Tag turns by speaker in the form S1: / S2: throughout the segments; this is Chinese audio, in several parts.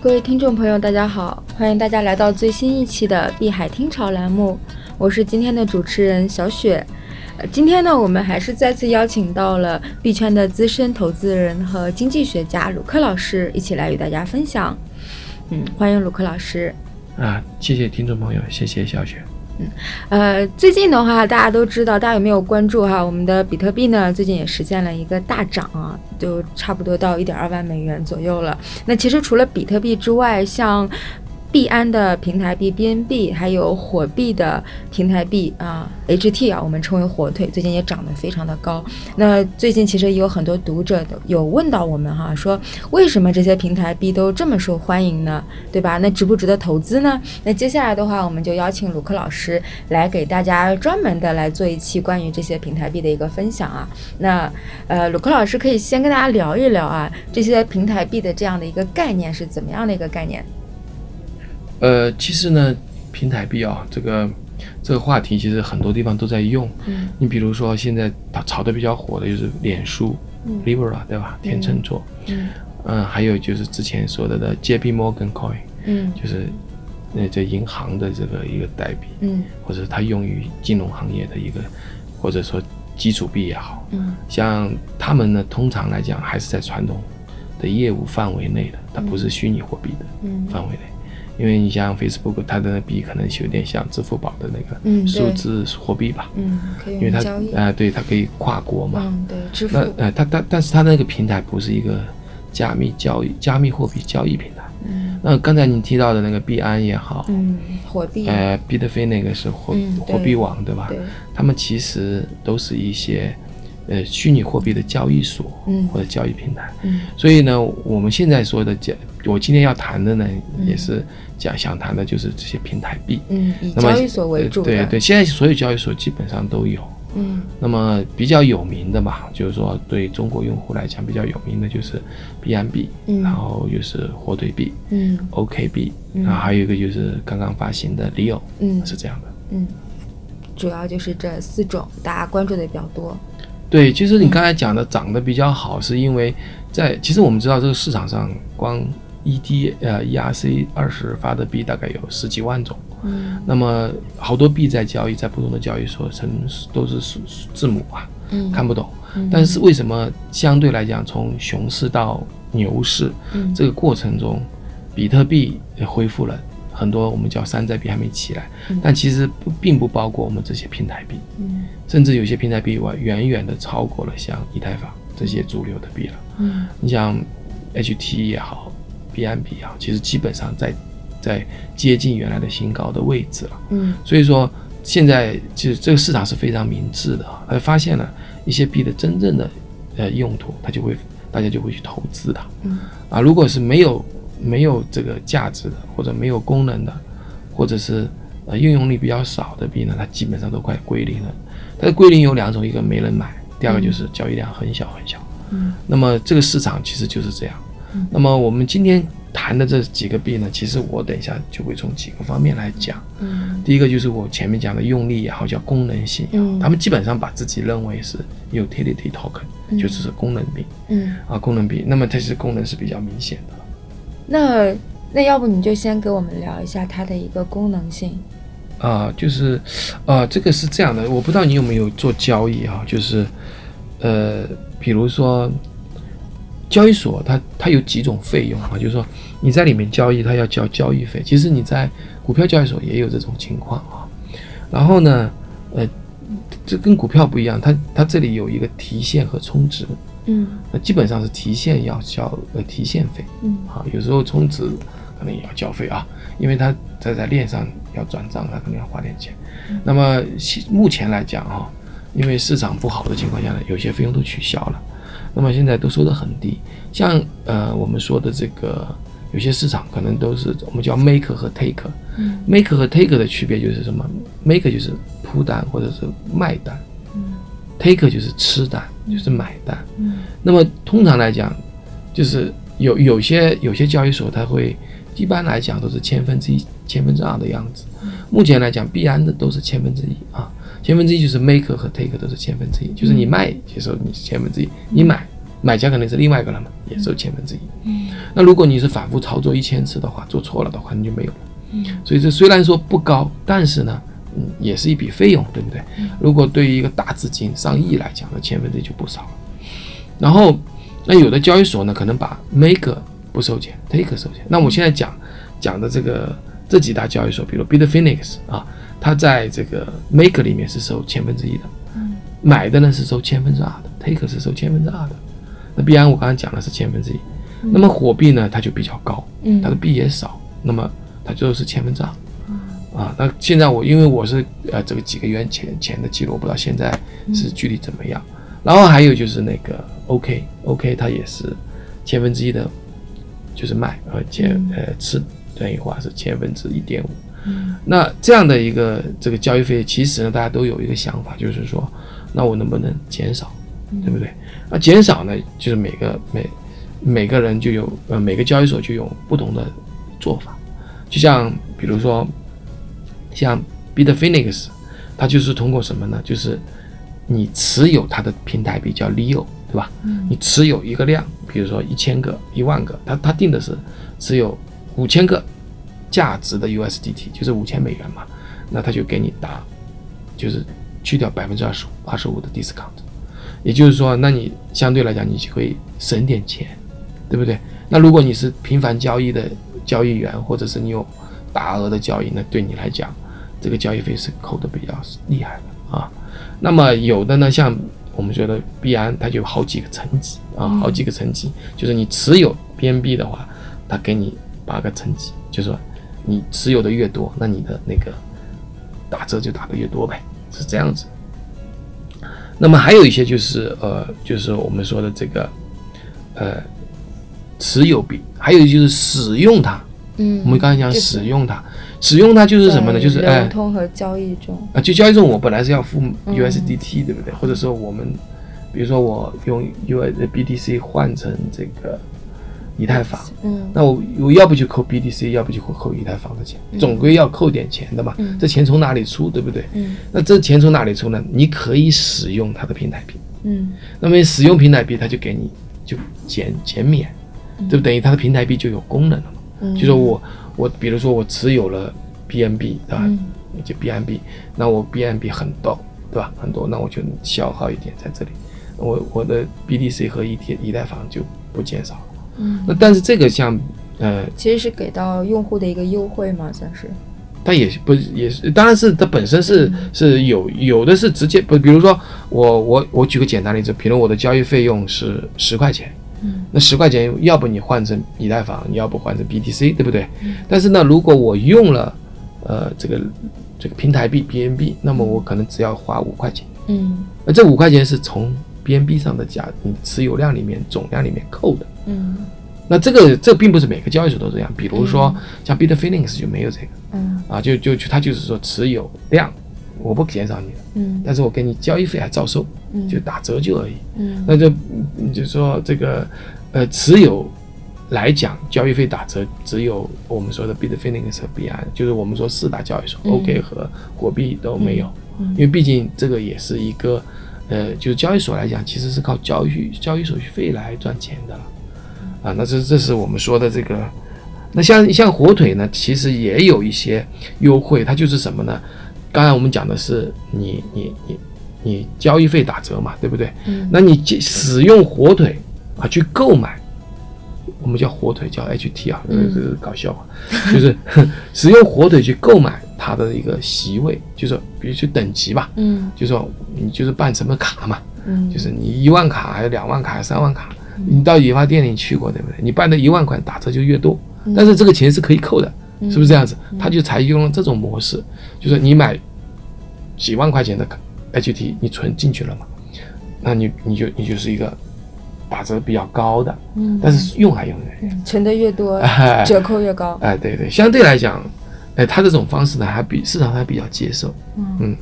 S1: 各位听众朋友，大家好，欢迎大家来到最新一期的《碧海听潮》栏目，我是今天的主持人小雪。呃今天呢，我们还是再次邀请到了币圈的资深投资人和经济学家鲁克老师一起来与大家分享。嗯，欢迎鲁克老师。
S2: 啊，谢谢听众朋友，谢谢小雪。
S1: 呃，最近的话，大家都知道，大家有没有关注哈？我们的比特币呢，最近也实现了一个大涨啊，就差不多到一点二万美元左右了。那其实除了比特币之外，像币安的平台币 BNB，还有火币的平台币啊、HT 啊，我们称为火腿，最近也涨得非常的高。那最近其实也有很多读者的有问到我们哈，说为什么这些平台币都这么受欢迎呢？对吧？那值不值得投资呢？那接下来的话，我们就邀请鲁克老师来给大家专门的来做一期关于这些平台币的一个分享啊。那呃，鲁克老师可以先跟大家聊一聊啊，这些平台币的这样的一个概念是怎么样的一个概念？
S2: 呃，其实呢，平台币啊、这个这个话题其实很多地方都在用。
S1: 嗯
S2: 你比如说现在炒炒得比较火的就是脸书、
S1: 嗯
S2: Libra，对吧？天秤座。
S1: 嗯
S2: 嗯、还有就是之前说的的 JP Morgan Coin，
S1: 嗯
S2: 就是那这银行的这个一个代币，
S1: 嗯
S2: 或者它用于金融行业的一个，或者说基础币也好，
S1: 嗯
S2: 像他们呢，通常来讲还是在传统的业务范围内的，它不是虚拟货币的。
S1: 嗯
S2: 范围内，因为你像 Facebook 它的那币可能是有点像支付宝的那
S1: 嗯对
S2: 个数字货币吧，
S1: 嗯，可以
S2: 因为它
S1: 交易。
S2: 呃对它可以跨国嘛。
S1: 嗯，对，支付
S2: 那。呃它它但是它那个平台不是一个加密交易加密货币交易平台。
S1: 嗯
S2: 那刚才你提到的那个币安也好，
S1: 嗯，火币。
S2: 呃比特飞那个是货
S1: 嗯对
S2: 货币网对吧
S1: 对？
S2: 他们其实都是一些呃虚拟货币的交易所
S1: 嗯
S2: 或者交易平台。
S1: 嗯
S2: 所以呢，我们现在说的讲，我今天要谈的呢，也是讲想谈的就是这些平台币。
S1: 嗯，以
S2: 那么呃
S1: 交易所为主的。
S2: 对对，现在所有交易所基本上都有。
S1: 嗯
S2: 那么比较有名的嘛，就是说对中国用户来讲比较有名的就是币安币，
S1: 嗯
S2: 然后就是火腿币、
S1: 嗯
S2: OK 币，然后还有一个就是刚刚发行的 Leo，
S1: 嗯
S2: 是这样的。
S1: 嗯，主要就是这四种，大家关注的比较多。
S2: 对，其实你刚才讲的涨得比较好，是因为在其实我们知道这个市场上，光 ED 呃 ERC 二十发的币大概有十几万种，
S1: 嗯
S2: 那么好多币在交易，在不同的交易所成都是数字母啊，
S1: 嗯
S2: 看不懂。但是为什么相对来讲，从熊市到牛市、
S1: 嗯
S2: 这个过程中，比特币也恢复了很多，我们叫山寨币还没起来，但其实不并不包括我们这些平台币。
S1: 嗯
S2: 甚至有些平台币完远远的超过了像以太坊这些主流的币了。
S1: 嗯
S2: 你像 HT 也好，BNB 也好，其实基本上在在接近原来的新高的位置了。
S1: 嗯
S2: 所以说，现在其实这个市场是非常明智的啊，它发现了一些币的真正的呃用途，它就会大家就会去投资它。
S1: 嗯
S2: 啊，如果是没有没有这个价值的，或者没有功能的，或者是呃应用率比较少的币呢，它基本上都快归零了。它的归零有两种，一个没人买，第二个就是交易量很小很小。
S1: 嗯
S2: 那么这个市场其实就是这样
S1: 嗯。
S2: 那么我们今天谈的这几个币呢，其实我等一下就会从几个方面来讲。
S1: 嗯
S2: 第一个就是我前面讲的用力也好，叫功能性也好，
S1: 嗯
S2: 他们基本上把自己认为是 utility token，、
S1: 嗯
S2: 就是功能币
S1: 嗯，
S2: 啊，功能币。那么它其实功能是比较明显的。
S1: 那那要不你就先给我们聊一下它的一个功能性。
S2: 啊、就是，啊、这个是这样的，我不知道你有没有做交易啊，就是，呃，比如说，交易所它它有几种费用啊，就是说你在里面交易，它要交交易费。其实你在股票交易所也有这种情况啊。然后呢，呃，这跟股票不一样，它它这里有一个提现和充值，
S1: 嗯
S2: 那基本上是提现要交呃提现费
S1: 嗯
S2: 啊，有时候充值可能也要交费啊，因为它在在链上要转账，它可能要花点钱。那么现目前来讲啊，因为市场不好的情况下呢，有些费用都取消了，那么现在都收得很低。像呃我们说的这个有些市场可能都是我们叫 maker 和 taker。
S1: 嗯
S2: maker 和 taker 的区别就是什么？maker 就是铺单或者是卖单
S1: 嗯
S2: ，taker 就是吃单，就是买单。
S1: 嗯
S2: 那么通常来讲，就是有有些有些交易所它会，一般来讲都是千分之一、千分之二的样子。目前来讲，必然的都是千分之一啊，千分之一就是 maker 和 taker 都是千分之一，就是你卖的时候你千分之一，你买买家可能是另外一个人嘛，也收千分之一。那如果你是反复操作一千次的话，做错了的话，你就没有了。所以这虽然说不高，但是呢，嗯，也是一笔费用，对不对？如果对于一个大资金上亿来讲，那千分之一就不少了。然后，那有的交易所呢，可能把 maker 不收钱，taker 收钱。那我现在讲讲的这个这几大交易所，比如 Bitfinex 啊，它在这个 maker 里面是收千分之一的，买的呢是收千分之二的，taker 是收千分之二的。那币安我刚才讲的是千分之一，那么火币呢，它就比较高，
S1: 嗯
S2: 它的币也少，那么它就是千分之二。啊，那现在我因为我是呃这个几个月前前的记录，我不知道现在是具体怎么样。然后还有就是那个 OK OK，它也是千分之一的，就是卖和千、呃吃等于话是千分之一点五。那这样的一个这个交易费，其实呢大家都有一个想法，就是说，那我能不能减少，对不对？那减少呢，就是每个每每个人就有呃每个交易所就有不同的做法，就像比如说像 Bitfinex，它就是通过什么呢？就是你持有它的平台币叫 Leo，对吧？
S1: 嗯
S2: 你持有一个量，比如说一千个、一万个，它它定的是持有五千个价值的 USDT，就是五千美元嘛，那它就给你打，就是去掉百分之二十五、二十五的 discount，也就是说，那你相对来讲你就会省点钱，对不对？那如果你是频繁交易的交易员，或者是你有大额的交易，那对你来讲，这个交易费是扣的比较厉害的啊。那么有的呢，像我们觉得币安它就有好几个层级啊，好几个层级，就是你持有 BNB 的话，它给你八个层级，就是说你持有的越多，那你的那个打折就打得越多呗，是这样子。那么还有一些就是呃，就是我们说的这个呃持有币，还有就是使用它。
S1: 嗯
S2: 我们刚才讲
S1: 就是
S2: 使用它，使用它就是什么呢？就是哎，
S1: 流通嗯和交易中，
S2: 啊，就交易中我本来是要付 USDT，、对不对？或者说我们，比如说我用 USBTC 换成这个以太坊，
S1: 嗯
S2: 那我我要不就扣 BTC，要不就扣扣以太坊的钱，总归要扣点钱的嘛。这钱从哪里出，对不对？
S1: 嗯
S2: 那这钱从哪里出呢？你可以使用它的平台币，
S1: 嗯
S2: 那么使用平台币，它就给你就减减免，对不等于它的平台币就有功能了嘛？
S1: 嗯
S2: 就说我我比如说我持有了 BNB 对吧？
S1: 嗯
S2: 就 BNB，那我 BNB 很多对吧？很多，那我就消耗一点在这里，我我的 BTC 和 E T 以太坊就不减少了。
S1: 嗯，
S2: 那但是这个像呃，
S1: 其实是给到用户的一个优惠嘛，算是，
S2: 它也是不也是，当然是它本身是
S1: 嗯
S2: 是有有的是直接不，比如说我我我举个简单例子，比如我的交易费用是十块钱，
S1: 嗯
S2: 那十块钱，要不你换成以太坊，要不换成 BTC，对不对？但是呢，如果我用了，呃，这个这个平台币 BNB，那么我可能只要花五块钱，
S1: 嗯
S2: 那这五块钱是从 BNB 上的价，你持有量里面总量里面扣的。
S1: 嗯
S2: 那这个这并不是每个交易所都这样，比如说像 Bitfinex 就没有这个
S1: 嗯
S2: 啊，就就就它就是说持有量我不减少你的，
S1: 嗯
S2: 但是我给你交易费还照收，就打折旧而已。
S1: 嗯
S2: 那就嗯就说这个呃持有来讲，交易费打折只有我们说的 Bitfinex 和币安，就是我们说四大交易所、OK 和火币都没有，因为毕竟这个也是一个呃，就是交易所来讲，其实是靠交易交易手续费来赚钱的了啊。那这这是我们说的这个。那像像火腿呢，其实也有一些优惠，它就是什么呢？刚才我们讲的是你你你你交易费打折嘛，对不对？
S1: 嗯
S2: 那你去使用火腿啊去购买，我们叫火腿叫 HT 啊，这
S1: 嗯
S2: 个搞笑啊，就是 使用火腿去购买它的一个席位，就是比如去等级吧，
S1: 嗯
S2: 就说你就是办什么卡嘛，
S1: 嗯
S2: 就是你一万卡还有两万卡还是三万卡，你到理发店里去过对不对？你办的一万块打折就越多，但是这个钱是可以扣的，是不是这样子？他就采用了这种模式，就是你买几万块钱的 HT，你存进去了嘛，那你你就你就是一个打折比较高的，
S1: 嗯
S2: 但是用还用得了，
S1: 嗯存的越多，
S2: 哎
S1: 折扣越高，
S2: 哎对对，相对来讲，哎他这种方式呢还比市场上还比较接受，
S1: 嗯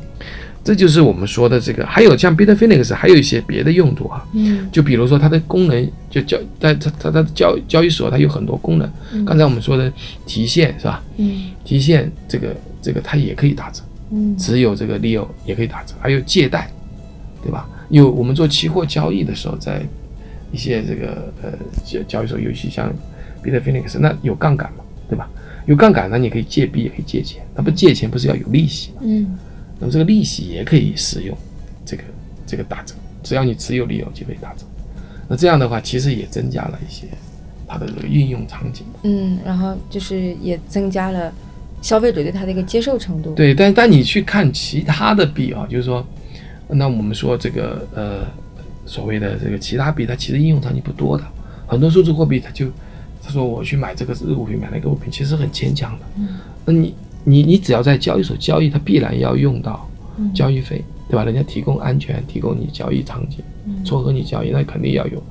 S2: 这就是我们说的这个。还有像 Bitfinex 还有一些别的用途啊，
S1: 嗯
S2: 就比如说它的功能，就交在它它它的交交易所它有很多功能。刚才我们说的提现是吧？
S1: 嗯
S2: 提现这个这个它也可以打折，
S1: 嗯
S2: 只有这个 Leo 也可以打折，还有借贷，对吧？有我们做期货交易的时候在，一些这个呃交交易所，尤其像 Bitfinex，那有杠杆嘛，对吧？有杠杆，那你可以借币，也可以借钱。那不借钱不是要有利息嘛？
S1: 嗯
S2: 那么这个利息也可以使用这个这个打折，只要你持有理由就可以打折。那这样的话，其实也增加了一些它的这个运用场景。
S1: 嗯，然后就是也增加了消费者对它的一个接受程度。，
S2: 对，但但你去看其他的币啊，就是说，那我们说这个呃，所谓的这个其他币，它其实应用场景不多的，很多数字货币它就他说我去买这个日物品，买那个物品，其实很牵强的。
S1: 嗯
S2: 那你你你只要在交易所交易，它必然要用到
S1: 嗯
S2: 交易费，对吧？人家提供安全，提供你交易场景，
S1: 嗯
S2: 撮合你交易，那肯定要有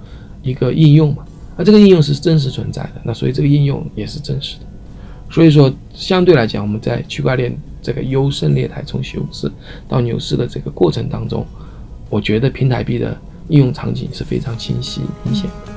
S2: 一个应用嘛。那这个应用是真实存在的，那所以这个应用也是真实的。所以说，相对来讲，我们在区块链这个优胜劣汰从熊市到牛市的这个过程当中，我觉得平台币的应用场景是非常清晰明显的。